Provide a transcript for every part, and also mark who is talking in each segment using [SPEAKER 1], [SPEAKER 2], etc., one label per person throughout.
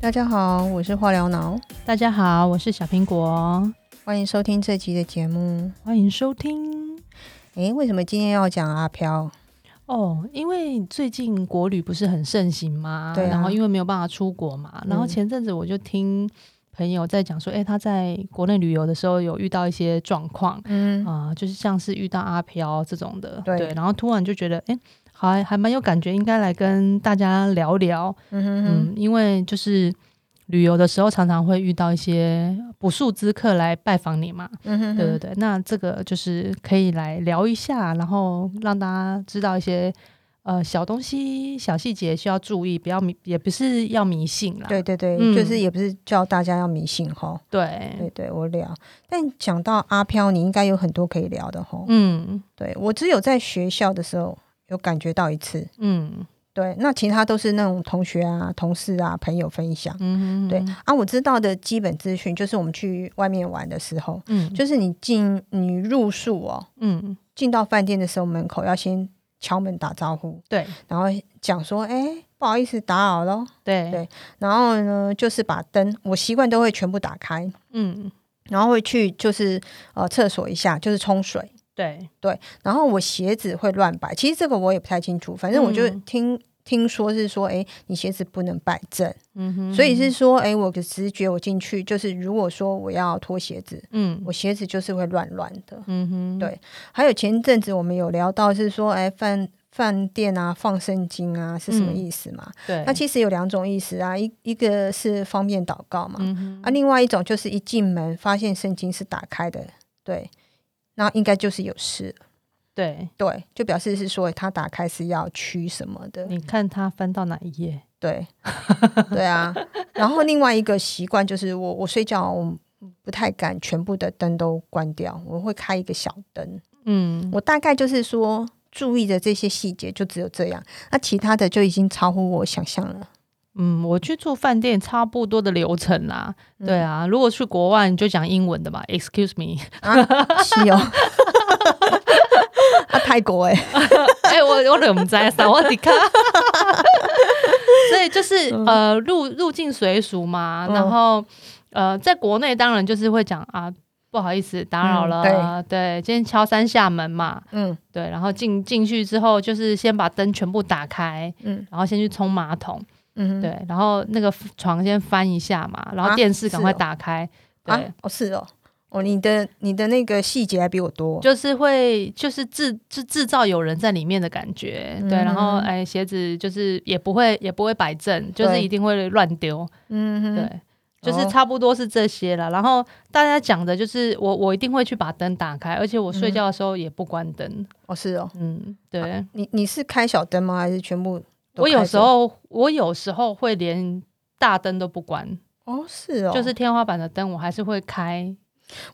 [SPEAKER 1] 大家好，我是化疗脑，
[SPEAKER 2] 大家好，我是小苹果，
[SPEAKER 1] 欢迎收听这集的节目。
[SPEAKER 2] 欢迎收听。
[SPEAKER 1] 诶，为什么今天要讲阿飘？
[SPEAKER 2] 哦，因为最近国旅不是很盛行嘛，
[SPEAKER 1] 对啊
[SPEAKER 2] 然后因为没有办法出国嘛，然后前阵子我就听朋友在讲说，哎、他在国内旅游的时候有遇到一些状况
[SPEAKER 1] 嗯，
[SPEAKER 2] 啊、就是像是遇到阿飘这种的，
[SPEAKER 1] 对
[SPEAKER 2] 然后突然就觉得，哎、还还蛮有感觉，应该来跟大家聊聊，
[SPEAKER 1] 嗯哼哼，
[SPEAKER 2] 嗯，因为就是旅游的时候常常会遇到一些不速之客来拜访你嘛，
[SPEAKER 1] 嗯哼哼，
[SPEAKER 2] 对对对，那这个就是可以来聊一下，然后让大家知道一些呃小东西、小细节需要注意，不要迷，也不是要迷信啦。
[SPEAKER 1] 对对对，
[SPEAKER 2] 嗯
[SPEAKER 1] 就是也不是叫大家要迷信哈。对
[SPEAKER 2] 对，
[SPEAKER 1] 对，我聊。但讲到阿飘，你应该有很多可以聊的哈。
[SPEAKER 2] 嗯
[SPEAKER 1] 对我只有在学校的时候有感觉到一次，
[SPEAKER 2] 嗯
[SPEAKER 1] 对，那其他都是那种同学啊、同事啊、朋友分享。
[SPEAKER 2] 嗯，
[SPEAKER 1] 对啊，我知道的基本资讯就是我们去外面玩的时候，
[SPEAKER 2] 嗯，就
[SPEAKER 1] 就是你进你入宿哦，
[SPEAKER 2] 嗯
[SPEAKER 1] 进到饭店的时候，门口要先敲门打招呼，
[SPEAKER 2] 对
[SPEAKER 1] 然后讲说：“哎、不好意思，打扰咯。
[SPEAKER 2] 对
[SPEAKER 1] 对然后呢，就是把灯，我习惯都会全部打开，
[SPEAKER 2] 嗯
[SPEAKER 1] 然后会去就是呃厕所一下，就是冲水。
[SPEAKER 2] 对
[SPEAKER 1] 然后我鞋子会乱摆，其实这个我也不太清楚，反正我就
[SPEAKER 2] 嗯
[SPEAKER 1] 听。听说是说，哎、你鞋子不能摆正，
[SPEAKER 2] 嗯哼，
[SPEAKER 1] 所以是说，哎、我的直觉，我进去就是，如果说我要脱鞋子，
[SPEAKER 2] 嗯
[SPEAKER 1] 我鞋子就是会乱乱的。
[SPEAKER 2] 嗯哼
[SPEAKER 1] 对还有前一阵子我们有聊到是说，哎，饭饭店啊放圣经啊是什么意思嘛？
[SPEAKER 2] 嗯对，
[SPEAKER 1] 那其实有两种意思啊，一一个是方便祷告嘛，
[SPEAKER 2] 嗯哼
[SPEAKER 1] 啊，另外一种就是一进门发现圣经是打开的，对，那应该就是有事，
[SPEAKER 2] 对，
[SPEAKER 1] 对，就表示是说他打开是要驱什么的，
[SPEAKER 2] 你看他翻到哪一页？
[SPEAKER 1] 对，对啊。然后另外一个习惯就是我我睡觉我不太敢全部的灯都关掉，我会开一个小灯。
[SPEAKER 2] 嗯，
[SPEAKER 1] 我大概就是说注意的这些细节就只有这样，那其他的就已经超乎我想象了。
[SPEAKER 2] 嗯，我去住饭店差不多的流程啦。
[SPEAKER 1] 嗯
[SPEAKER 2] 对啊，如果去国外你就讲英文的嘛，Excuse me。
[SPEAKER 1] 啊， 是哦，啊，泰国哎、
[SPEAKER 2] 哎、我我忍不住 萨瓦迪卡。所以就是呃入入境随俗嘛，
[SPEAKER 1] 嗯
[SPEAKER 2] 然后呃在国内当然就是会讲啊不好意思打扰了、
[SPEAKER 1] 嗯
[SPEAKER 2] 对，今天敲三下门嘛，
[SPEAKER 1] 嗯
[SPEAKER 2] 对，然后进进去之后就是先把灯全部打开，
[SPEAKER 1] 嗯
[SPEAKER 2] 然后先去冲马桶，
[SPEAKER 1] 嗯，
[SPEAKER 2] 对，然后那个床先翻一下嘛，然后
[SPEAKER 1] 啊
[SPEAKER 2] 电视赶快
[SPEAKER 1] 是哦
[SPEAKER 2] 打开，对。
[SPEAKER 1] 啊，哦是哦，哦你的你的那个细节还比我多，哦
[SPEAKER 2] 就是会就是制制制造有人在里面的感觉，对，
[SPEAKER 1] 嗯
[SPEAKER 2] 然后哎鞋子就是也不会也不会摆正，就是
[SPEAKER 1] 对
[SPEAKER 2] 一定会乱丢，
[SPEAKER 1] 嗯哼
[SPEAKER 2] 对。就是
[SPEAKER 1] 哦
[SPEAKER 2] 差不多是这些了，然后大家讲的就是我我一定会去把灯打开，而且我
[SPEAKER 1] 嗯
[SPEAKER 2] 睡觉的时候也不关灯。
[SPEAKER 1] 哦是哦，
[SPEAKER 2] 嗯，对、
[SPEAKER 1] 你你是开小灯吗？还是全部都
[SPEAKER 2] 我
[SPEAKER 1] 开着？
[SPEAKER 2] 有时候我有时候会连大灯都不关，
[SPEAKER 1] 哦是哦，
[SPEAKER 2] 就是天花板的灯我还是会开。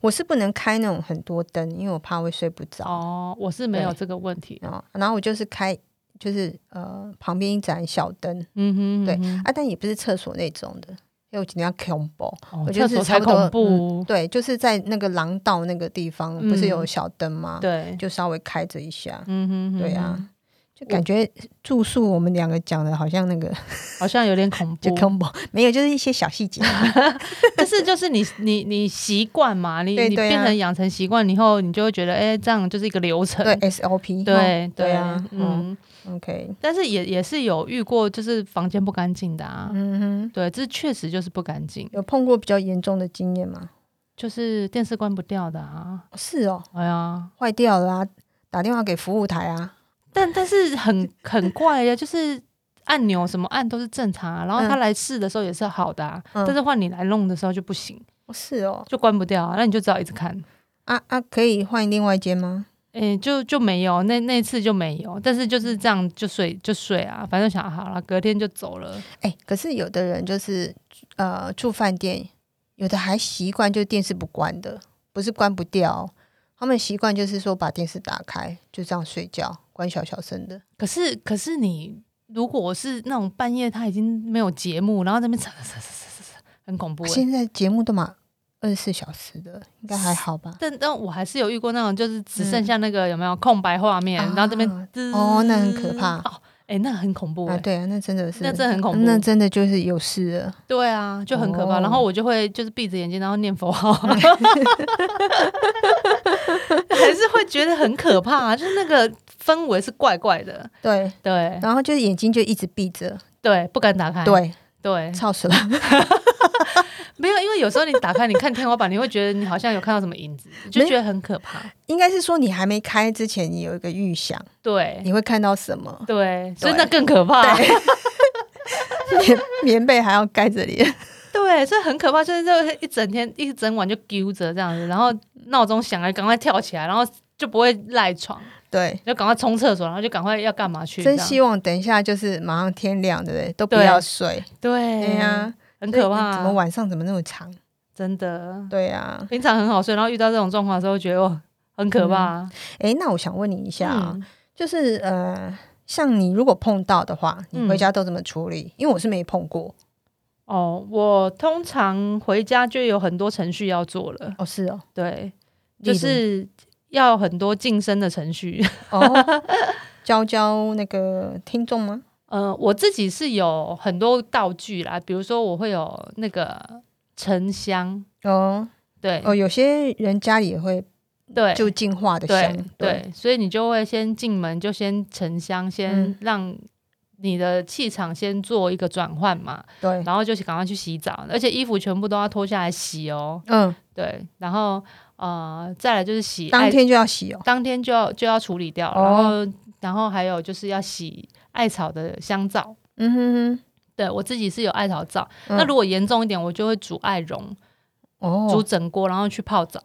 [SPEAKER 1] 我是不能开那种很多灯，因为我怕会睡不着。
[SPEAKER 2] 哦，我是没有
[SPEAKER 1] 对
[SPEAKER 2] 这个问题。
[SPEAKER 1] 哦，然后我就是开，就是呃旁边一盏小灯
[SPEAKER 2] 嗯哼，
[SPEAKER 1] 对
[SPEAKER 2] 嗯哼，
[SPEAKER 1] 啊，但也不是厕所那种的，因为我今天要 combo。
[SPEAKER 2] 哦
[SPEAKER 1] 我就
[SPEAKER 2] 厕
[SPEAKER 1] 是
[SPEAKER 2] 所
[SPEAKER 1] 差
[SPEAKER 2] 才
[SPEAKER 1] 不多嗯
[SPEAKER 2] 恐怖。
[SPEAKER 1] 对，就是在那个廊道那个地方，
[SPEAKER 2] 嗯
[SPEAKER 1] 不是有小灯吗？，
[SPEAKER 2] 对，
[SPEAKER 1] 就稍微开着一下。
[SPEAKER 2] 嗯哼，嗯哼
[SPEAKER 1] 对啊，就感觉住宿我们两个讲的好像那个
[SPEAKER 2] 好像有点恐
[SPEAKER 1] 就
[SPEAKER 2] 怖，
[SPEAKER 1] combo 没有，就是一些小细节。啊
[SPEAKER 2] 但是就是你你你习惯嘛，你
[SPEAKER 1] 对
[SPEAKER 2] 你
[SPEAKER 1] 对啊
[SPEAKER 2] 变成养成习惯以后，你就会觉得，哎、这样就是一个流程。
[SPEAKER 1] 对 SOP
[SPEAKER 2] 对
[SPEAKER 1] 哦
[SPEAKER 2] 对
[SPEAKER 1] 对啊，嗯
[SPEAKER 2] 嗯，
[SPEAKER 1] ，OK，
[SPEAKER 2] 但是也也是有遇过，就是房间不干净的啊。
[SPEAKER 1] 嗯哼，
[SPEAKER 2] 对，这确实就是不干净，
[SPEAKER 1] 有碰过比较严重的经验吗？
[SPEAKER 2] 就是电视关不掉的啊。
[SPEAKER 1] 是哦，
[SPEAKER 2] 哎呀，
[SPEAKER 1] 坏掉了啊，打电话给服务台啊。
[SPEAKER 2] 但但是很很怪呀，就是按钮什么按都是正常啊，然后
[SPEAKER 1] 嗯
[SPEAKER 2] 他来试的时候也是好的啊，
[SPEAKER 1] 嗯
[SPEAKER 2] 但是换你来弄的时候就不行，
[SPEAKER 1] 哦是哦，
[SPEAKER 2] 就关不掉啊，那你就只好一直看。
[SPEAKER 1] 啊啊，可以换另外一间吗？
[SPEAKER 2] 诶、就就没有，那那次就没有，但是就是这样就睡就睡啊，反正想好了，隔天就走了。
[SPEAKER 1] 哎、可是有的人就是呃住饭店，有的还习惯就电视不关的，不是关不掉哦，他们习惯就是说把电视打开，就这样睡觉，关小小声的。
[SPEAKER 2] 可是可是你如果是那种半夜他已经没有节目，然后在那边吵 吵吵吵吵吵，很恐怖、欸。
[SPEAKER 1] 现在节目都嘛二十四小时的，应该还好吧？
[SPEAKER 2] 但但我还是有嗯遇过那种，就是只剩下那个有没有空白画面，
[SPEAKER 1] 啊
[SPEAKER 2] 然后这边滋
[SPEAKER 1] 哦那很可怕
[SPEAKER 2] 哦，哎、那很恐怖、欸
[SPEAKER 1] 啊，对啊，那真的是，
[SPEAKER 2] 那真的很恐怖
[SPEAKER 1] 那真的就是有事了。
[SPEAKER 2] 对啊，就很可怕。
[SPEAKER 1] 哦
[SPEAKER 2] 然后我就会就是闭着眼睛，然后念佛 号，还是会觉得很可怕，啊就是那个氛围是怪怪的。
[SPEAKER 1] 对，
[SPEAKER 2] 对
[SPEAKER 1] 然后就是眼睛就一直闭着，
[SPEAKER 2] 对，不敢打开。
[SPEAKER 1] 对，
[SPEAKER 2] 哎对，
[SPEAKER 1] 操死了。
[SPEAKER 2] 没有，因为有时候你打开，你看天花板，你会觉得你好像有看到什么影子，就觉得很可怕。
[SPEAKER 1] 应该是说你还没开之前，你有一个预想，
[SPEAKER 2] 对，
[SPEAKER 1] 你会看到什 么？
[SPEAKER 2] 对，所以
[SPEAKER 1] 对
[SPEAKER 2] 那更可怕。
[SPEAKER 1] 对，棉棉被还要盖着脸。
[SPEAKER 2] 对，所以很可怕，就是这一整天一整晚就揪着这样子，然后闹钟响了，赶快跳起来，然后就不会赖床，
[SPEAKER 1] 对，
[SPEAKER 2] 就赶快冲厕所，然后就赶快要干嘛去。
[SPEAKER 1] 真
[SPEAKER 2] 这样
[SPEAKER 1] 希望等一下就是马上天亮，对不对？都不
[SPEAKER 2] 对
[SPEAKER 1] 要睡。
[SPEAKER 2] 对
[SPEAKER 1] 对呀，
[SPEAKER 2] 很可怕，啊
[SPEAKER 1] 怎么晚上怎么那么长？
[SPEAKER 2] 真的，
[SPEAKER 1] 对呀。
[SPEAKER 2] 平常很好睡，然后遇到这种状况的时候，觉得哇，很可
[SPEAKER 1] 嗯
[SPEAKER 2] 怕。
[SPEAKER 1] 诶，那我想问你一下啊，
[SPEAKER 2] 嗯
[SPEAKER 1] 就是呃，像你如果碰到的话，你
[SPEAKER 2] 嗯
[SPEAKER 1] 回家都怎么处理？因为我是没碰过。
[SPEAKER 2] 哦，我通常回家就有很多程序要做了，
[SPEAKER 1] 哦，是哦，
[SPEAKER 2] 对，就
[SPEAKER 1] 例如
[SPEAKER 2] 是要很多晋升的程序。
[SPEAKER 1] 哦， 教教那个听众吗？
[SPEAKER 2] 呃，我自己是有很多道具啦，比如说我会有那个沉香，
[SPEAKER 1] 哦
[SPEAKER 2] 对、
[SPEAKER 1] 哦，有些人家里也会
[SPEAKER 2] 对，
[SPEAKER 1] 就进化的香
[SPEAKER 2] 对，对，所以你就会先进门就先沉香，先
[SPEAKER 1] 嗯
[SPEAKER 2] 让你的气场先做一个转换嘛，
[SPEAKER 1] 对，
[SPEAKER 2] 然后就去赶快去洗澡，而且衣服全部都要脱下来洗哦。
[SPEAKER 1] 嗯，
[SPEAKER 2] 对，然后呃，再来就是洗
[SPEAKER 1] 当
[SPEAKER 2] 艾
[SPEAKER 1] 天就要洗哦。
[SPEAKER 2] 当天就要就要处理掉，然后、
[SPEAKER 1] 哦
[SPEAKER 2] 然后还有就是要洗艾草的香皂。
[SPEAKER 1] 嗯哼哼，
[SPEAKER 2] 对我自己是有艾草皂，
[SPEAKER 1] 嗯
[SPEAKER 2] 那如果严重一点，我就会煮艾绒，煮
[SPEAKER 1] 哦，
[SPEAKER 2] 整锅，然后去泡澡，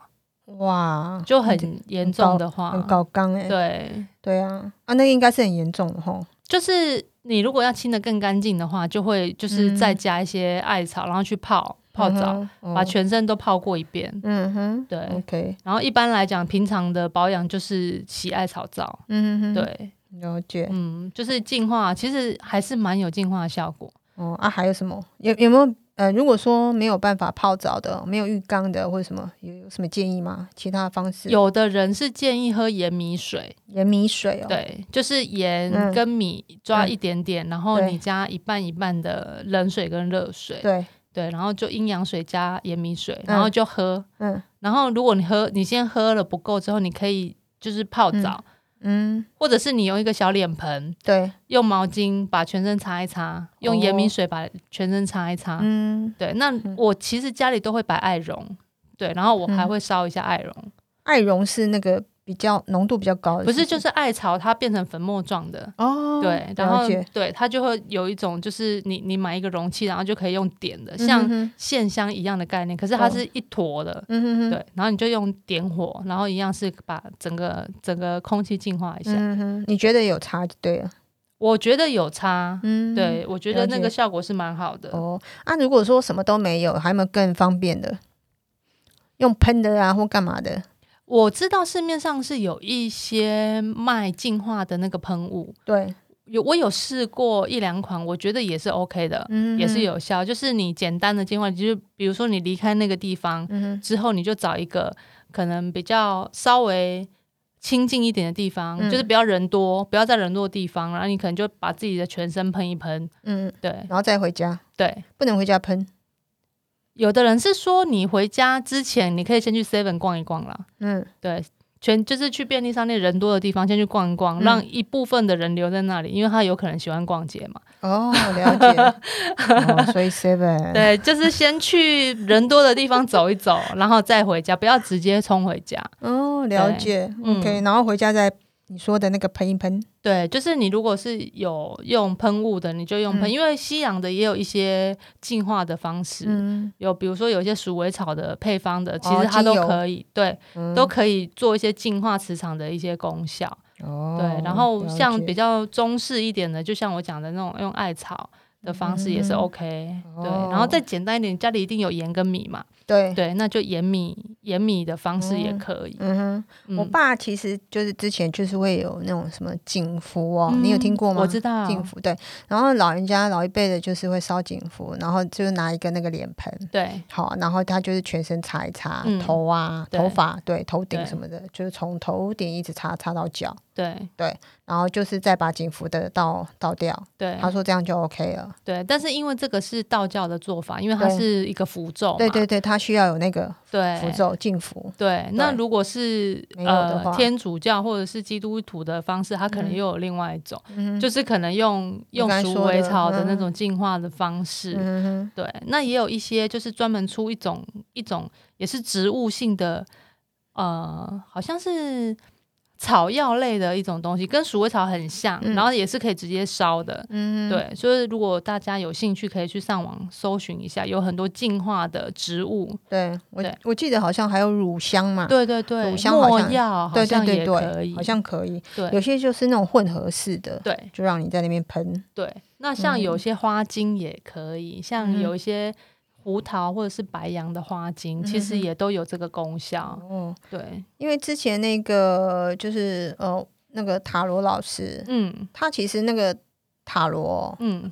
[SPEAKER 1] 哇，
[SPEAKER 2] 就很严重的话，
[SPEAKER 1] 很高纲哎，
[SPEAKER 2] 啊对，
[SPEAKER 1] 对啊，啊，那个应该是很严重的吼。
[SPEAKER 2] 就是你如果要清的更干净的话，就会就是再加一些艾草，然后去泡泡澡，
[SPEAKER 1] 嗯哼，
[SPEAKER 2] 把
[SPEAKER 1] 哦
[SPEAKER 2] 全身都泡过一遍。
[SPEAKER 1] 嗯哼，
[SPEAKER 2] 对
[SPEAKER 1] ，OK，
[SPEAKER 2] 然后一般来讲，平常的保养就是洗艾草皂，
[SPEAKER 1] 嗯哼哼，，
[SPEAKER 2] 对，
[SPEAKER 1] 了解。
[SPEAKER 2] 嗯，就是净化，其实还是蛮有净化的效果。
[SPEAKER 1] 哦啊，还有什么？有有没有？呃，如果说没有办法泡澡的，没有浴缸的，或者什么，有有什么建议吗？其他方式？
[SPEAKER 2] 有的人是建议喝盐米水，
[SPEAKER 1] 盐米水哦，，
[SPEAKER 2] 对，就是盐
[SPEAKER 1] 嗯
[SPEAKER 2] 跟米抓一点点，然后
[SPEAKER 1] 对
[SPEAKER 2] 你加一半一半的冷水跟热水，
[SPEAKER 1] 对，
[SPEAKER 2] 对，然后就阴阳水加盐米水，
[SPEAKER 1] 嗯
[SPEAKER 2] 然后就喝。
[SPEAKER 1] 嗯
[SPEAKER 2] 然后如果你喝，你先喝了不够之后，你可以就是泡澡，
[SPEAKER 1] 嗯，
[SPEAKER 2] 或者是你用一个小脸盆，
[SPEAKER 1] 对，
[SPEAKER 2] 用毛巾把全身擦一擦，用
[SPEAKER 1] 哦
[SPEAKER 2] 盐米水把全身擦一擦。
[SPEAKER 1] 嗯，
[SPEAKER 2] 对，那我其实家里都会摆艾绒，对，然后我还
[SPEAKER 1] 嗯
[SPEAKER 2] 会烧一下艾绒，
[SPEAKER 1] 艾绒是那个比较浓度比较高的，
[SPEAKER 2] 不是就是艾草它变成粉末状的。
[SPEAKER 1] 哦，
[SPEAKER 2] 对，然
[SPEAKER 1] 了
[SPEAKER 2] 后
[SPEAKER 1] 解，
[SPEAKER 2] 对它就会有一种，就是你你买一个容器，然后就可以用点的，像
[SPEAKER 1] 嗯
[SPEAKER 2] 线香一样的概念，可是它
[SPEAKER 1] 哦
[SPEAKER 2] 是一坨的，
[SPEAKER 1] 哼哼，嗯哼哼，
[SPEAKER 2] 对，然后你就用点火，然后一样是把整个整个空气净化一下。
[SPEAKER 1] 嗯哼，你觉得有差就对了，
[SPEAKER 2] 我觉得有差，
[SPEAKER 1] 嗯，。
[SPEAKER 2] 对我觉得
[SPEAKER 1] 了
[SPEAKER 2] 那
[SPEAKER 1] 解
[SPEAKER 2] 个效果是蛮好的。
[SPEAKER 1] 哦，啊，如果说什么都没有，还有没有更方便的？用喷的啊，或干嘛的？
[SPEAKER 2] 我知道市面上是有一些卖净化的那个喷雾，
[SPEAKER 1] 对，
[SPEAKER 2] 有我有试过一两款，我觉得也是 OK 的，
[SPEAKER 1] 嗯
[SPEAKER 2] 也是，有效。就是你简单的净化，就是比如说你离开那个地方
[SPEAKER 1] 嗯
[SPEAKER 2] 之后，你就找一个可能比较稍微。清静一点的地方，
[SPEAKER 1] 嗯
[SPEAKER 2] 就是不要人多，不要在人多的地方，然后你可能就把自己的全身喷一喷，
[SPEAKER 1] 嗯，
[SPEAKER 2] 对
[SPEAKER 1] 然后再回家，
[SPEAKER 2] 对，
[SPEAKER 1] 不能回家喷，
[SPEAKER 2] 有的人是说你回家之前，你可以先去 Seven 逛一逛啦。
[SPEAKER 1] 嗯，
[SPEAKER 2] 对，全就是去便利商店人多的地方先去逛一逛，
[SPEAKER 1] 嗯
[SPEAKER 2] 让一部分的人留在那里，因为他有可能喜欢逛街嘛。
[SPEAKER 1] 哦，了 解，哦、所以 seven，，
[SPEAKER 2] 对，就是先去人多的地方走一走，然后再回家，不要直接冲回家。
[SPEAKER 1] 哦，了解
[SPEAKER 2] 嗯
[SPEAKER 1] ，OK，、然后回家再你说的那个喷一喷，
[SPEAKER 2] 对，就是你如果是有用喷雾的，你就用喷，
[SPEAKER 1] 嗯
[SPEAKER 2] 因为西洋的也有一些净化的方式。
[SPEAKER 1] 嗯，
[SPEAKER 2] 有，比如说有一些鼠尾草的配方的，其
[SPEAKER 1] 哦
[SPEAKER 2] 实它都
[SPEAKER 1] 精油
[SPEAKER 2] 可以，对，
[SPEAKER 1] 嗯
[SPEAKER 2] 都可以做一些净化磁场的一些功效。
[SPEAKER 1] 哦，
[SPEAKER 2] 对，然后
[SPEAKER 1] 了
[SPEAKER 2] 像
[SPEAKER 1] 解
[SPEAKER 2] 比较中式一点的，就像我讲的那种用艾草的方式也是
[SPEAKER 1] 嗯
[SPEAKER 2] OK、对，
[SPEAKER 1] 哦
[SPEAKER 2] 然后再简单一点，家里一定有盐跟米嘛，
[SPEAKER 1] 对，
[SPEAKER 2] 对，那就盐米盐米的方式也可以。
[SPEAKER 1] 嗯哼，
[SPEAKER 2] 嗯
[SPEAKER 1] 我爸其实就是之前就是会有那种什么警服哦，你有
[SPEAKER 2] 嗯
[SPEAKER 1] 听过吗？
[SPEAKER 2] 我知道，
[SPEAKER 1] 警服对，然后老人家老一辈的就是会烧警服，然后就是拿一个那个脸盆，
[SPEAKER 2] 对
[SPEAKER 1] 好，然后他就是全身擦一擦，
[SPEAKER 2] 嗯
[SPEAKER 1] 头啊、
[SPEAKER 2] 对
[SPEAKER 1] 头发，对，头顶
[SPEAKER 2] 对
[SPEAKER 1] 什么的，就是从头顶一直擦擦到脚，
[SPEAKER 2] 对
[SPEAKER 1] 然后就是再把警服的倒倒掉。
[SPEAKER 2] 对
[SPEAKER 1] 他说这样就 OK 了。
[SPEAKER 2] 对，但是因为这个是道教的做法，因为它
[SPEAKER 1] 对
[SPEAKER 2] 是一个符咒嘛，
[SPEAKER 1] 对对对，他需要有那个
[SPEAKER 2] 对
[SPEAKER 1] 符咒禁服。
[SPEAKER 2] 对，那
[SPEAKER 1] 对
[SPEAKER 2] 如果是
[SPEAKER 1] 没有的
[SPEAKER 2] 呃
[SPEAKER 1] 话
[SPEAKER 2] 天主教或者是基督徒的方式，它可能
[SPEAKER 1] 嗯
[SPEAKER 2] 又有另外一种，
[SPEAKER 1] 嗯
[SPEAKER 2] 就是可能用
[SPEAKER 1] 你
[SPEAKER 2] 用
[SPEAKER 1] 刚才
[SPEAKER 2] 鼠
[SPEAKER 1] 说
[SPEAKER 2] 尾
[SPEAKER 1] 的
[SPEAKER 2] 草的那
[SPEAKER 1] 嗯
[SPEAKER 2] 种净化的方式。
[SPEAKER 1] 嗯
[SPEAKER 2] 对，那也有一些就是专门出一种一种也是植物性的，呃，好像是草药类的一种东西，跟鼠尾草很像，
[SPEAKER 1] 嗯
[SPEAKER 2] 然后也是可以直接烧的。
[SPEAKER 1] 嗯，
[SPEAKER 2] 对，所以如果大家有兴趣，可以去上网搜寻一下，有很多净化的植物。
[SPEAKER 1] 对我
[SPEAKER 2] 对
[SPEAKER 1] 我记得好像还有乳香嘛，
[SPEAKER 2] 对对对，
[SPEAKER 1] 嗯乳香好
[SPEAKER 2] 墨
[SPEAKER 1] 像
[SPEAKER 2] 药好
[SPEAKER 1] 对
[SPEAKER 2] 像
[SPEAKER 1] 对
[SPEAKER 2] 也
[SPEAKER 1] 对
[SPEAKER 2] 可
[SPEAKER 1] 对，
[SPEAKER 2] 以，
[SPEAKER 1] 好像可以。有
[SPEAKER 2] 对
[SPEAKER 1] 些就是那种混合式的，
[SPEAKER 2] 对
[SPEAKER 1] 就让你在那边喷。
[SPEAKER 2] 对。那像有些花精也可以，像
[SPEAKER 1] 嗯
[SPEAKER 2] 有一些胡桃或者是白杨的花精，其实
[SPEAKER 1] 嗯哼
[SPEAKER 2] 也都有这个功效。
[SPEAKER 1] 哦，
[SPEAKER 2] 对，
[SPEAKER 1] 因为之前那个就是呃那个塔罗老师，
[SPEAKER 2] 嗯
[SPEAKER 1] 他其实那个塔罗
[SPEAKER 2] 嗯，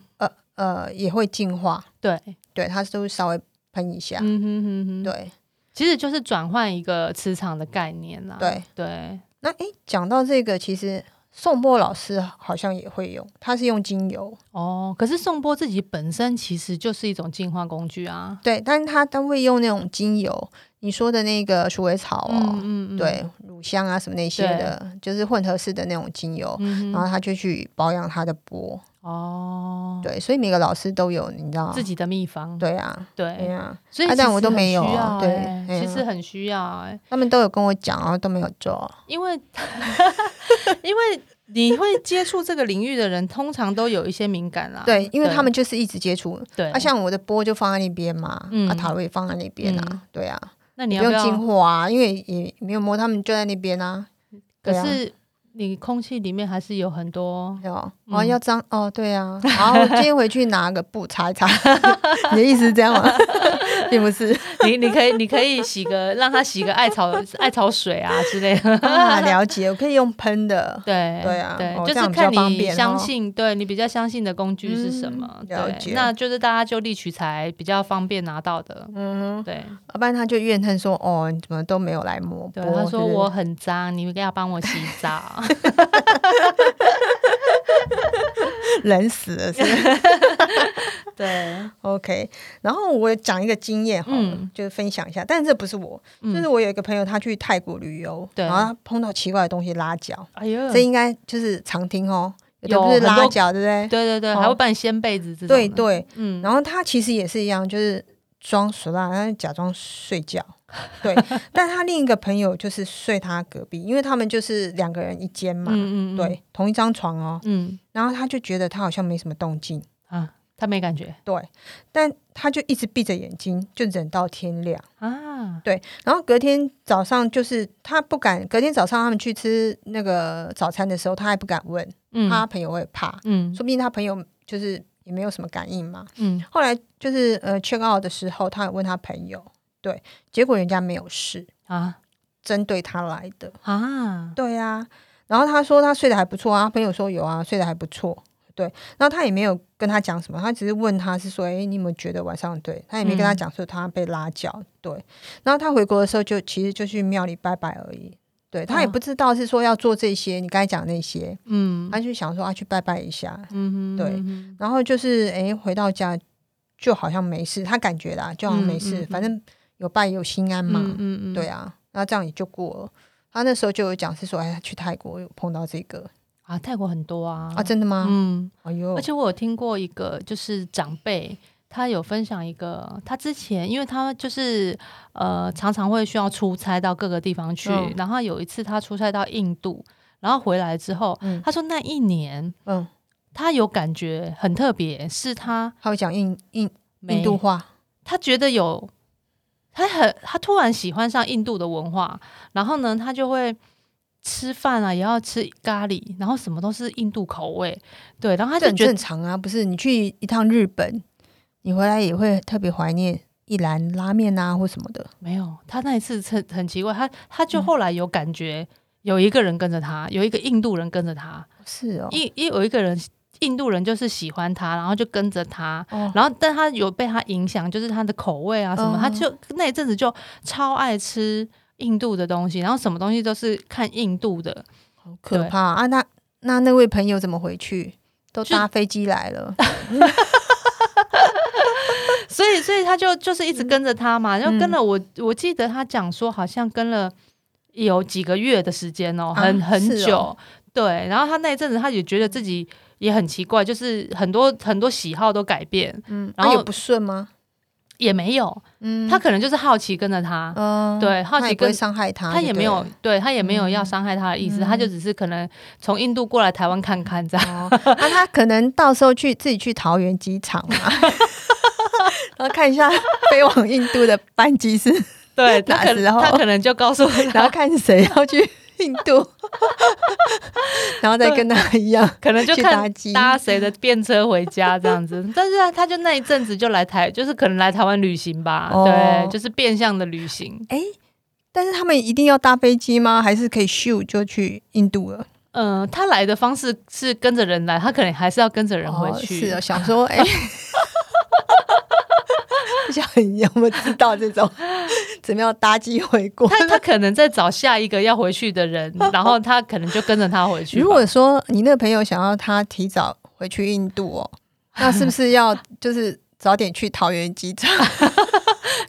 [SPEAKER 1] 呃也会净化，
[SPEAKER 2] 对，
[SPEAKER 1] 对，他都稍微喷一下，
[SPEAKER 2] 嗯哼哼哼，，
[SPEAKER 1] 对
[SPEAKER 2] 其实就是转换一个磁场的概念啦。
[SPEAKER 1] 对。
[SPEAKER 2] 对
[SPEAKER 1] 那诶，讲到这个，其实宋波老师好像也会用，他是用精油，
[SPEAKER 2] 哦，可是颂钵自己本身其实就是一种净化工具啊。
[SPEAKER 1] 对，但是他他会用那种精油，你说的那个鼠尾草哦，
[SPEAKER 2] 嗯
[SPEAKER 1] 对，乳香啊什么那些的，就是混合式的那种精油，
[SPEAKER 2] 嗯
[SPEAKER 1] 然
[SPEAKER 2] 哼，
[SPEAKER 1] 后他就去保养他的波，
[SPEAKER 2] 哦，
[SPEAKER 1] 对，所以每个老师都有，你知道
[SPEAKER 2] 自己的秘方，
[SPEAKER 1] 对啊，对
[SPEAKER 2] 对，
[SPEAKER 1] 啊，
[SPEAKER 2] 所以
[SPEAKER 1] 啊
[SPEAKER 2] 其
[SPEAKER 1] 但
[SPEAKER 2] 实
[SPEAKER 1] 我都
[SPEAKER 2] 很
[SPEAKER 1] 没有啊
[SPEAKER 2] 需要
[SPEAKER 1] 对
[SPEAKER 2] 欸
[SPEAKER 1] 哎
[SPEAKER 2] 其
[SPEAKER 1] 呀
[SPEAKER 2] 实很需要哎，
[SPEAKER 1] 他们都有跟我讲，然后都没有做，
[SPEAKER 2] 因为 因为你会接触这个领域的人，通常都有一些敏感啦。
[SPEAKER 1] 对，因为他们就是一直接触，
[SPEAKER 2] 啊对，
[SPEAKER 1] 啊，像我的波就放在那边嘛，
[SPEAKER 2] 嗯
[SPEAKER 1] 啊，塔罗也放在那边啊，对啊，
[SPEAKER 2] 那你
[SPEAKER 1] 不
[SPEAKER 2] 要不
[SPEAKER 1] 用
[SPEAKER 2] 要？
[SPEAKER 1] 进货啊，因为也没有摸，他们就在那边啊，
[SPEAKER 2] 可
[SPEAKER 1] 对啊
[SPEAKER 2] 是你空气里面还是有很多
[SPEAKER 1] 对哦，
[SPEAKER 2] 嗯
[SPEAKER 1] 哦要脏哦，对啊，然后今天回去拿个布擦一擦， 你的意思是这样吗？ 并不是
[SPEAKER 2] 你你可以你可以洗个让它洗个艾草艾草水啊之类的。
[SPEAKER 1] 啊，了解，我可以用喷的，
[SPEAKER 2] 对
[SPEAKER 1] 对啊
[SPEAKER 2] 对，
[SPEAKER 1] 哦这
[SPEAKER 2] 就是
[SPEAKER 1] 样比较
[SPEAKER 2] 看
[SPEAKER 1] 方
[SPEAKER 2] 你
[SPEAKER 1] 便哦
[SPEAKER 2] 相信，对你比较相信的工具是什么？
[SPEAKER 1] 嗯了
[SPEAKER 2] 对，
[SPEAKER 1] 解
[SPEAKER 2] 那就是大家就地取材比较方便拿到的。
[SPEAKER 1] 嗯，
[SPEAKER 2] 对
[SPEAKER 1] 要不然他就怨恨说，哦，你怎么都没有来摸
[SPEAKER 2] 对，
[SPEAKER 1] 波？
[SPEAKER 2] 他说
[SPEAKER 1] 是不是
[SPEAKER 2] 我很脏，你应该要帮我洗 澡。
[SPEAKER 1] 冷死了，是不是
[SPEAKER 2] 对，
[SPEAKER 1] OK。然后我讲一个经验好了，
[SPEAKER 2] 嗯
[SPEAKER 1] 就是分享一下，但是这不是我，就是
[SPEAKER 2] 嗯，
[SPEAKER 1] 我有一个朋友，他去泰国旅游，
[SPEAKER 2] 对
[SPEAKER 1] 然后他碰到奇怪的东西拉脚，
[SPEAKER 2] 哎呦，
[SPEAKER 1] 这
[SPEAKER 2] 对
[SPEAKER 1] 应该就是常听哦，有的
[SPEAKER 2] 有
[SPEAKER 1] 不是
[SPEAKER 2] 很多
[SPEAKER 1] 拉脚，对不对？
[SPEAKER 2] 对对，
[SPEAKER 1] 哦
[SPEAKER 2] 还会帮你掀被子这种。
[SPEAKER 1] 对，对，
[SPEAKER 2] 嗯，
[SPEAKER 1] 然后他其实也是一样，就是装熟啦，他假装睡觉。对， 但他另一个朋友就是睡他隔壁，因为他们就是两个人一间嘛，
[SPEAKER 2] 嗯嗯，嗯，
[SPEAKER 1] 对，同一张床哦。
[SPEAKER 2] 嗯
[SPEAKER 1] 然后他就觉得他好像没什么动静，
[SPEAKER 2] 啊，他没感觉
[SPEAKER 1] 对，但他就一直闭着眼睛，就忍到天亮。
[SPEAKER 2] 啊，
[SPEAKER 1] 然后隔天早上，就是他不敢，隔天早上他们去吃那个早餐的时候，他还不敢问，
[SPEAKER 2] 嗯
[SPEAKER 1] 他朋友会怕，
[SPEAKER 2] 嗯
[SPEAKER 1] 说不定他朋友就是也没有什么感应嘛。
[SPEAKER 2] 嗯，
[SPEAKER 1] 后来就是呃 check out 的时候，他有问他朋友，对，结果人家没有事，
[SPEAKER 2] 啊
[SPEAKER 1] 针对他来的，
[SPEAKER 2] 啊，
[SPEAKER 1] 对啊。然后他说他睡得还不错啊，他朋友说有啊，睡得还不错，对。然后他也没有跟他讲什么，他只是问他是说，诶，你有没有觉得晚上对？他也没跟他
[SPEAKER 2] 嗯
[SPEAKER 1] 讲说他被拉脚，对。然后他回国的时候就其实就去庙里拜拜而已，对他也
[SPEAKER 2] 哦
[SPEAKER 1] 不知道是说要做这些，你刚才讲那些，
[SPEAKER 2] 嗯
[SPEAKER 1] 他就想说啊去拜拜一下，
[SPEAKER 2] 嗯哼，
[SPEAKER 1] 对
[SPEAKER 2] 嗯哼
[SPEAKER 1] 然后就是诶，回到家就好像没事，他感觉啦，就好像没事，
[SPEAKER 2] 嗯嗯嗯
[SPEAKER 1] 反正有拜有心安嘛，
[SPEAKER 2] 嗯嗯嗯，
[SPEAKER 1] 对啊，那这样也就过了。他那时候就有讲是说，哎，他去泰国有碰到这个
[SPEAKER 2] 啊，泰国很多啊，
[SPEAKER 1] 啊，真的吗？
[SPEAKER 2] 嗯，
[SPEAKER 1] 哎呦
[SPEAKER 2] 而，且我有听过一个，就是长辈他有分享一个，他之前因为他就是呃常常会需要出差到各个地方去，
[SPEAKER 1] 嗯
[SPEAKER 2] 然后有一次他出差到印度，然后回来之后，
[SPEAKER 1] 嗯
[SPEAKER 2] 他说那一年
[SPEAKER 1] 嗯，
[SPEAKER 2] 他有感觉很特别，是他
[SPEAKER 1] 他会讲印印
[SPEAKER 2] 没
[SPEAKER 1] 印度话，
[SPEAKER 2] 他觉得有，他很他突然喜欢上印度的文化，然后呢，他就会吃饭啊，也要吃咖喱，然后什么都是印度口味，对，然后他
[SPEAKER 1] 这
[SPEAKER 2] 就
[SPEAKER 1] 很
[SPEAKER 2] 觉得
[SPEAKER 1] 正常啊，不是？你去一趟日本，你回来也会特别怀念一兰拉面啊或什么的，
[SPEAKER 2] 没有，他那一次很很奇怪，他他就后来有感觉有一个人跟着他，有一个印度人跟着他，
[SPEAKER 1] 是哦，
[SPEAKER 2] 一一有一个人印度人就是喜欢他，然后就跟着他，
[SPEAKER 1] 哦，
[SPEAKER 2] 然后，但他有被他影响，就是他的口味啊什么，
[SPEAKER 1] 嗯
[SPEAKER 2] 他就那一阵子就超爱吃印度的东西，然后什么东西都是看印度的，
[SPEAKER 1] 好可
[SPEAKER 2] 对
[SPEAKER 1] 怕啊！那那那位朋友怎么回去？都
[SPEAKER 2] 就
[SPEAKER 1] 搭飞机来了，
[SPEAKER 2] 所以，所以他就就是一
[SPEAKER 1] 嗯
[SPEAKER 2] 直跟着他嘛，就跟了我。我记得他讲说，好像跟了有几个月的时间哦、
[SPEAKER 1] 啊
[SPEAKER 2] 很很
[SPEAKER 1] 是哦
[SPEAKER 2] 久。对，然后他那一阵子，他也觉得自己也很奇怪，就是很多很多喜好都改变，
[SPEAKER 1] 嗯，
[SPEAKER 2] 然
[SPEAKER 1] 啊
[SPEAKER 2] 后
[SPEAKER 1] 有不顺吗？
[SPEAKER 2] 也没有。
[SPEAKER 1] 嗯，
[SPEAKER 2] 他可能就是好奇跟着他，
[SPEAKER 1] 嗯，
[SPEAKER 2] 对好
[SPEAKER 1] 他
[SPEAKER 2] 奇
[SPEAKER 1] 也不会
[SPEAKER 2] 跟
[SPEAKER 1] 伤害他，
[SPEAKER 2] 他也
[SPEAKER 1] 啊就对
[SPEAKER 2] 没有
[SPEAKER 1] 了。嗯
[SPEAKER 2] 对他也没有要伤害他的意思，他就只是可能从印度过来台湾看 看这样。
[SPEAKER 1] 哦，那他可能到时候去自己去桃园机场 嘛，然后看一下飞往印度的班机是，
[SPEAKER 2] 对，他
[SPEAKER 1] 哪
[SPEAKER 2] 可
[SPEAKER 1] 时候
[SPEAKER 2] 他可能就 告诉
[SPEAKER 1] 然后
[SPEAKER 2] 他，
[SPEAKER 1] 看谁要去印 度，然后再跟他一样。
[SPEAKER 2] 可能就
[SPEAKER 1] 去搭
[SPEAKER 2] 看
[SPEAKER 1] 机
[SPEAKER 2] 搭谁的便车回家这样子。但是啊他就那一阵子就来台，就是可能来台湾旅行吧，
[SPEAKER 1] 哦
[SPEAKER 2] 对，就是变相的旅行。
[SPEAKER 1] 哎，但是他们一定要搭飞机吗？还是可以咻就去印度了？
[SPEAKER 2] 嗯、他来的方式是跟着人来，他可能还是要跟着人回
[SPEAKER 1] 哦、
[SPEAKER 2] 去。
[SPEAKER 1] 是哦，想说哎。 不晓得你有没有知道这种怎么样搭机回国？
[SPEAKER 2] 他他可能在找下一个要回去的人，然后他可能就跟着他回去吧。
[SPEAKER 1] 如果说你那个朋友想要他提早回去印度 哦，那是不是要就是早点去桃园机场？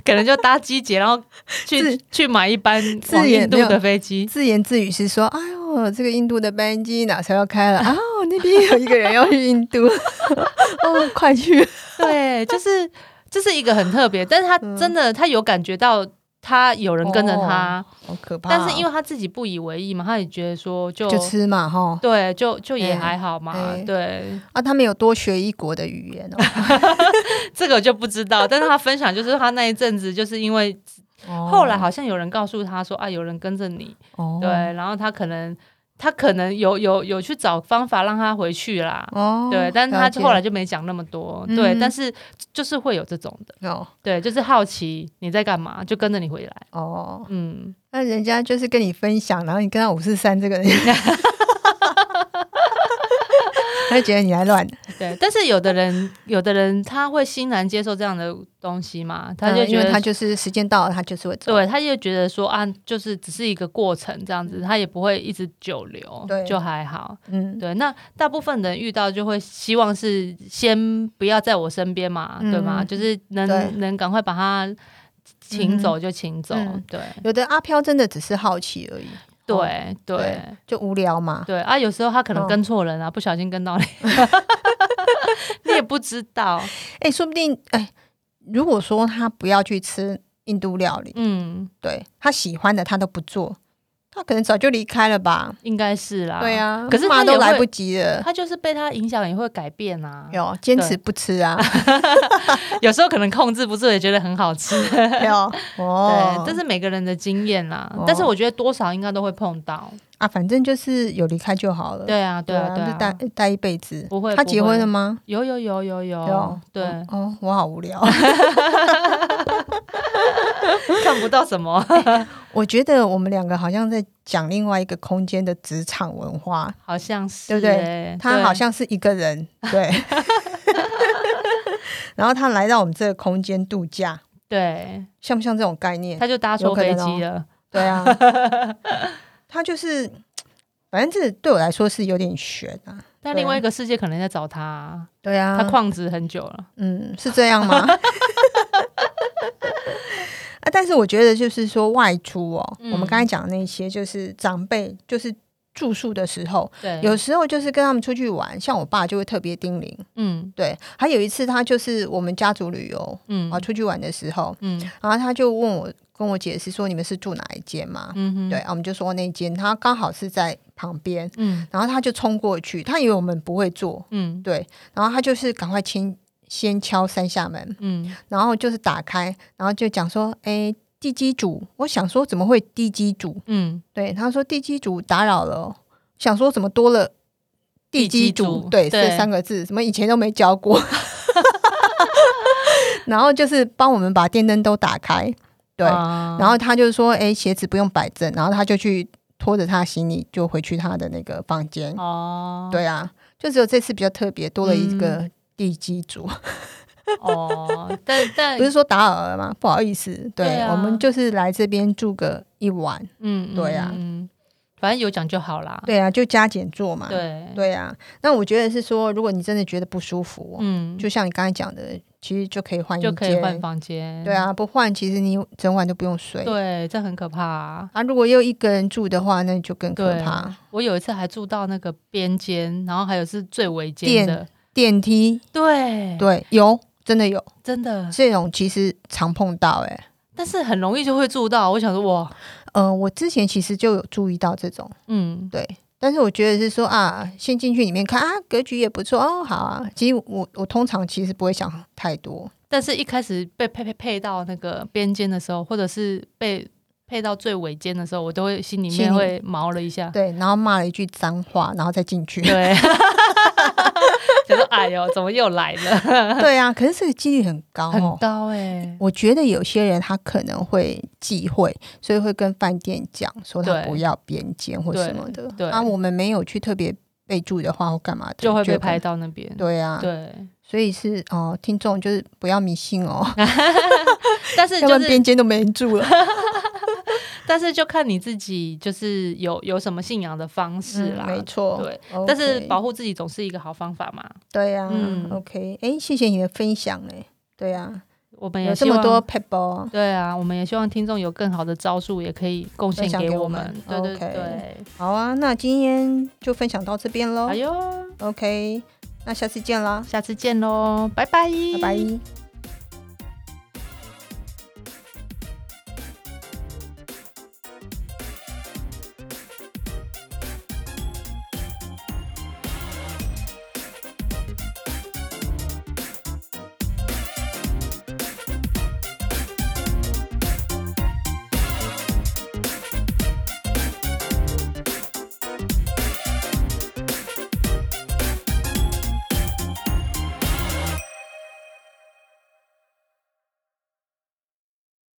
[SPEAKER 2] 可能就搭机捷，然后去
[SPEAKER 1] 自
[SPEAKER 2] 去买一班
[SPEAKER 1] 自
[SPEAKER 2] 往
[SPEAKER 1] 也
[SPEAKER 2] 印度
[SPEAKER 1] 没有
[SPEAKER 2] 的飞机。
[SPEAKER 1] 自言自语是说：“哎呦，这个印度的班机哪时候要 开了？哦，那边有一个人要去印 度，哦，快去！
[SPEAKER 2] 对，就是这是一个很特别，但是他
[SPEAKER 1] 嗯
[SPEAKER 2] 真的他有感觉到他有人跟着他，
[SPEAKER 1] 好可怕哦、
[SPEAKER 2] 但是因为他自己不以为意嘛，他也觉得说就
[SPEAKER 1] 就吃嘛哈
[SPEAKER 2] 对，就就也
[SPEAKER 1] 哎
[SPEAKER 2] 还好嘛。
[SPEAKER 1] 哎
[SPEAKER 2] 对，
[SPEAKER 1] 啊，他们有多学一国的语言
[SPEAKER 2] 这个就不知道，但是他分享就是他那一阵子就是因为
[SPEAKER 1] 哦。
[SPEAKER 2] 后来好像有人告诉他说啊，有人跟着你，
[SPEAKER 1] 哦，
[SPEAKER 2] 对，然后他可能他可能有有有去找方法让他回去啦，
[SPEAKER 1] 哦，
[SPEAKER 2] 对，但是
[SPEAKER 1] 了
[SPEAKER 2] 他
[SPEAKER 1] 解
[SPEAKER 2] 后来就没讲那么多，
[SPEAKER 1] 嗯
[SPEAKER 2] 对，但是就是会有这种的，
[SPEAKER 1] 哦
[SPEAKER 2] 对，就是好奇你在干嘛，就跟着你回来，
[SPEAKER 1] 哦，
[SPEAKER 2] 嗯，
[SPEAKER 1] 那人家就是跟你分享，然后你跟他五四三这个 人，他就觉得你来乱。”
[SPEAKER 2] 对。但是有的人，有的人他会欣然接受这样的东西嘛， 他就
[SPEAKER 1] 嗯因
[SPEAKER 2] 觉
[SPEAKER 1] 为
[SPEAKER 2] 得，
[SPEAKER 1] 他就是时间到了，他就是会走。
[SPEAKER 2] 对，他就觉得说啊，就是只是一个过程这样子，他也不会一直久留，
[SPEAKER 1] 对
[SPEAKER 2] 就还好。
[SPEAKER 1] 嗯，
[SPEAKER 2] 对，那大部分人遇到就会希望是先不要在我身边嘛，
[SPEAKER 1] 嗯
[SPEAKER 2] 对吗？就是
[SPEAKER 1] 对
[SPEAKER 2] 能能赶快把他请
[SPEAKER 1] 嗯哼
[SPEAKER 2] 走就请走，
[SPEAKER 1] 嗯
[SPEAKER 2] 对
[SPEAKER 1] 有的阿飘真的只是好奇而已，哦
[SPEAKER 2] 对对
[SPEAKER 1] 对。嗯就无聊嘛。
[SPEAKER 2] 对啊，有时候他可能跟错人啊，不小心 跟到你，你也不知道。
[SPEAKER 1] 哎，说不定哎，如果说他不要去吃印度料理，
[SPEAKER 2] 嗯，
[SPEAKER 1] 对他喜欢的他都不做，他可能早就离开了吧？
[SPEAKER 2] 应该是啦。
[SPEAKER 1] 对，啊，
[SPEAKER 2] 可是
[SPEAKER 1] 骂
[SPEAKER 2] 他
[SPEAKER 1] 都
[SPEAKER 2] 也
[SPEAKER 1] 来
[SPEAKER 2] 会
[SPEAKER 1] 不及了。
[SPEAKER 2] 他就是被他影响，也会改变啊。
[SPEAKER 1] 有坚持不吃 啊？
[SPEAKER 2] 有时候可能控制不住，也觉得很好 吃。
[SPEAKER 1] 有哦
[SPEAKER 2] 对，，这是每个人的经验啦。
[SPEAKER 1] 哦
[SPEAKER 2] 但是我觉得多少应该都会碰到。
[SPEAKER 1] 啊，反正就是有离开就好了。
[SPEAKER 2] 对啊，对啊，对
[SPEAKER 1] 啊，就待
[SPEAKER 2] 啊。
[SPEAKER 1] 待一辈子。
[SPEAKER 2] 不会
[SPEAKER 1] 他
[SPEAKER 2] 不
[SPEAKER 1] 结
[SPEAKER 2] 会
[SPEAKER 1] 婚了吗？
[SPEAKER 2] 有有有有有
[SPEAKER 1] 有，
[SPEAKER 2] 对，
[SPEAKER 1] 哦，我好无 聊。
[SPEAKER 2] 看不到什么
[SPEAKER 1] 我觉得我们两个好像在讲另外一个空间的职场文化，
[SPEAKER 2] 好像是
[SPEAKER 1] 对不对
[SPEAKER 2] 欸
[SPEAKER 1] 他
[SPEAKER 2] 对
[SPEAKER 1] 好像是一个人， 对。 然后他来到我们这个空间度假，
[SPEAKER 2] 对，
[SPEAKER 1] 像不像这种概念？
[SPEAKER 2] 他就搭
[SPEAKER 1] 有
[SPEAKER 2] 错
[SPEAKER 1] 可
[SPEAKER 2] 飞
[SPEAKER 1] 能
[SPEAKER 2] 机了。
[SPEAKER 1] 对 啊，他就是，反正这对我来说是有点悬啊。
[SPEAKER 2] 但
[SPEAKER 1] 对
[SPEAKER 2] 另外一个世界可能在找他啊，
[SPEAKER 1] 对啊，
[SPEAKER 2] 他旷职很久了。
[SPEAKER 1] 嗯，是这样 吗？啊，但是我觉得就是说外出哦，
[SPEAKER 2] 嗯
[SPEAKER 1] 我们刚才讲的那些，就是长辈就是住宿的时候，
[SPEAKER 2] 对，
[SPEAKER 1] 有时候就是跟他们出去玩，像我爸就会特别叮咛。
[SPEAKER 2] 嗯
[SPEAKER 1] 对，还有一次他就是我们家族旅游
[SPEAKER 2] 嗯
[SPEAKER 1] 啊，出去玩的时候，
[SPEAKER 2] 嗯
[SPEAKER 1] 然后他就问我跟我解释说你们是住哪一间嘛？
[SPEAKER 2] 嗯哼
[SPEAKER 1] 对，啊，我们就说那一间，他刚好是在旁边，
[SPEAKER 2] 嗯
[SPEAKER 1] 然后他就冲过去，他以为我们不会做，
[SPEAKER 2] 嗯
[SPEAKER 1] 对，然后他就是赶快先先敲三下门，
[SPEAKER 2] 嗯
[SPEAKER 1] 然后就是打开，然后就讲说，哎，地基主，我想说怎么会地基主？
[SPEAKER 2] 嗯
[SPEAKER 1] 对，他说地基主打扰了哦，想说怎么多了地基
[SPEAKER 2] 地基
[SPEAKER 1] 主
[SPEAKER 2] 主，
[SPEAKER 1] 对，
[SPEAKER 2] 对
[SPEAKER 1] 这三个字，怎么以前都没教 过？然后就是帮我们把电灯都打开，对，
[SPEAKER 2] 啊
[SPEAKER 1] 然后他就说，哎，鞋子不用摆正，然后他就去拖着他行李就回去他的那个房间，
[SPEAKER 2] 哦
[SPEAKER 1] 对啊，就只有这次比较特别，多了一
[SPEAKER 2] 嗯
[SPEAKER 1] 个地基主。
[SPEAKER 2] 哦，但 但
[SPEAKER 1] 不是说打扰了吗？不好意思，对
[SPEAKER 2] 对啊
[SPEAKER 1] 我们就是来这边住个一晚，
[SPEAKER 2] 嗯嗯
[SPEAKER 1] 对啊
[SPEAKER 2] 嗯嗯反正有讲就好啦。
[SPEAKER 1] 对啊，就加减做嘛。
[SPEAKER 2] 哦对
[SPEAKER 1] 对啊，那我觉得是说，如果你真的觉得不舒服，哦
[SPEAKER 2] 嗯，
[SPEAKER 1] 就像你刚才讲的，其实就可以换一
[SPEAKER 2] 就可以
[SPEAKER 1] 间
[SPEAKER 2] 换房间。
[SPEAKER 1] 对，啊，不换其实你整晚都不用睡。
[SPEAKER 2] 对，这很可怕、啊。
[SPEAKER 1] 啊，如果又一个人住的话，那就更可
[SPEAKER 2] 对
[SPEAKER 1] 怕。
[SPEAKER 2] 我有一次还住到那个边间，然后还有是最尾
[SPEAKER 1] 店
[SPEAKER 2] 间的，
[SPEAKER 1] 电梯，
[SPEAKER 2] 对，
[SPEAKER 1] 对，有真的有
[SPEAKER 2] 真的，
[SPEAKER 1] 这种，其实常碰到、欸。哎，
[SPEAKER 2] 但是很容易就会住到。我想说，哇，
[SPEAKER 1] 嗯，我之前其实就有注意到这种，
[SPEAKER 2] 嗯，
[SPEAKER 1] 对。但是我觉得是说啊，先进去里面看啊，格局也不错哦，好啊。其实我我通常其实不会想太多，
[SPEAKER 2] 但是一开始被配配配到那个边间的时候，或者是被配到最尾间的时候，我都会心里
[SPEAKER 1] 心里
[SPEAKER 2] 面会毛了一下。
[SPEAKER 1] 对，然后骂了一句脏话，然后再进 去。
[SPEAKER 2] 对，就说哎呦，怎么又来了？
[SPEAKER 1] 对啊，可是这个几率很高
[SPEAKER 2] 很
[SPEAKER 1] 哦。
[SPEAKER 2] 高哎、
[SPEAKER 1] 我觉得有些人他可能会忌讳，所以会跟饭店讲说他
[SPEAKER 2] 对
[SPEAKER 1] 不要边间或什么的。
[SPEAKER 2] 对对
[SPEAKER 1] 啊，我们没有去特别备注的话或干嘛的，
[SPEAKER 2] 就会被
[SPEAKER 1] 不
[SPEAKER 2] 拍。到那边。
[SPEAKER 1] 对啊，
[SPEAKER 2] 对，
[SPEAKER 1] 所以是哦、听众就是不要迷信哦，
[SPEAKER 2] 但 是
[SPEAKER 1] 要不
[SPEAKER 2] 就
[SPEAKER 1] 然
[SPEAKER 2] 是，
[SPEAKER 1] 边间都没人住 了。
[SPEAKER 2] 但是就看你自己，就是有有什么信仰的方式啦。
[SPEAKER 1] 嗯没错。
[SPEAKER 2] 对
[SPEAKER 1] OK，
[SPEAKER 2] 但是保护自己总是一个好方法嘛。
[SPEAKER 1] 对呀、
[SPEAKER 2] 嗯
[SPEAKER 1] o k 哎、谢谢你的分享哎、对呀、
[SPEAKER 2] 我们
[SPEAKER 1] 有
[SPEAKER 2] 也
[SPEAKER 1] 这
[SPEAKER 2] 哎希
[SPEAKER 1] 么
[SPEAKER 2] 望
[SPEAKER 1] 多哦 people，
[SPEAKER 2] 对啊，我们也希望听众有更好的招数，也可以贡献
[SPEAKER 1] 分享
[SPEAKER 2] 给
[SPEAKER 1] 给
[SPEAKER 2] 我
[SPEAKER 1] 我
[SPEAKER 2] 们。
[SPEAKER 1] 们
[SPEAKER 2] 对对
[SPEAKER 1] OK
[SPEAKER 2] 对，
[SPEAKER 1] 好啊，那今天就分享到这边喽
[SPEAKER 2] 哎。呦，
[SPEAKER 1] OK，那下次见啦，
[SPEAKER 2] 下次见喽，拜拜，
[SPEAKER 1] 拜拜。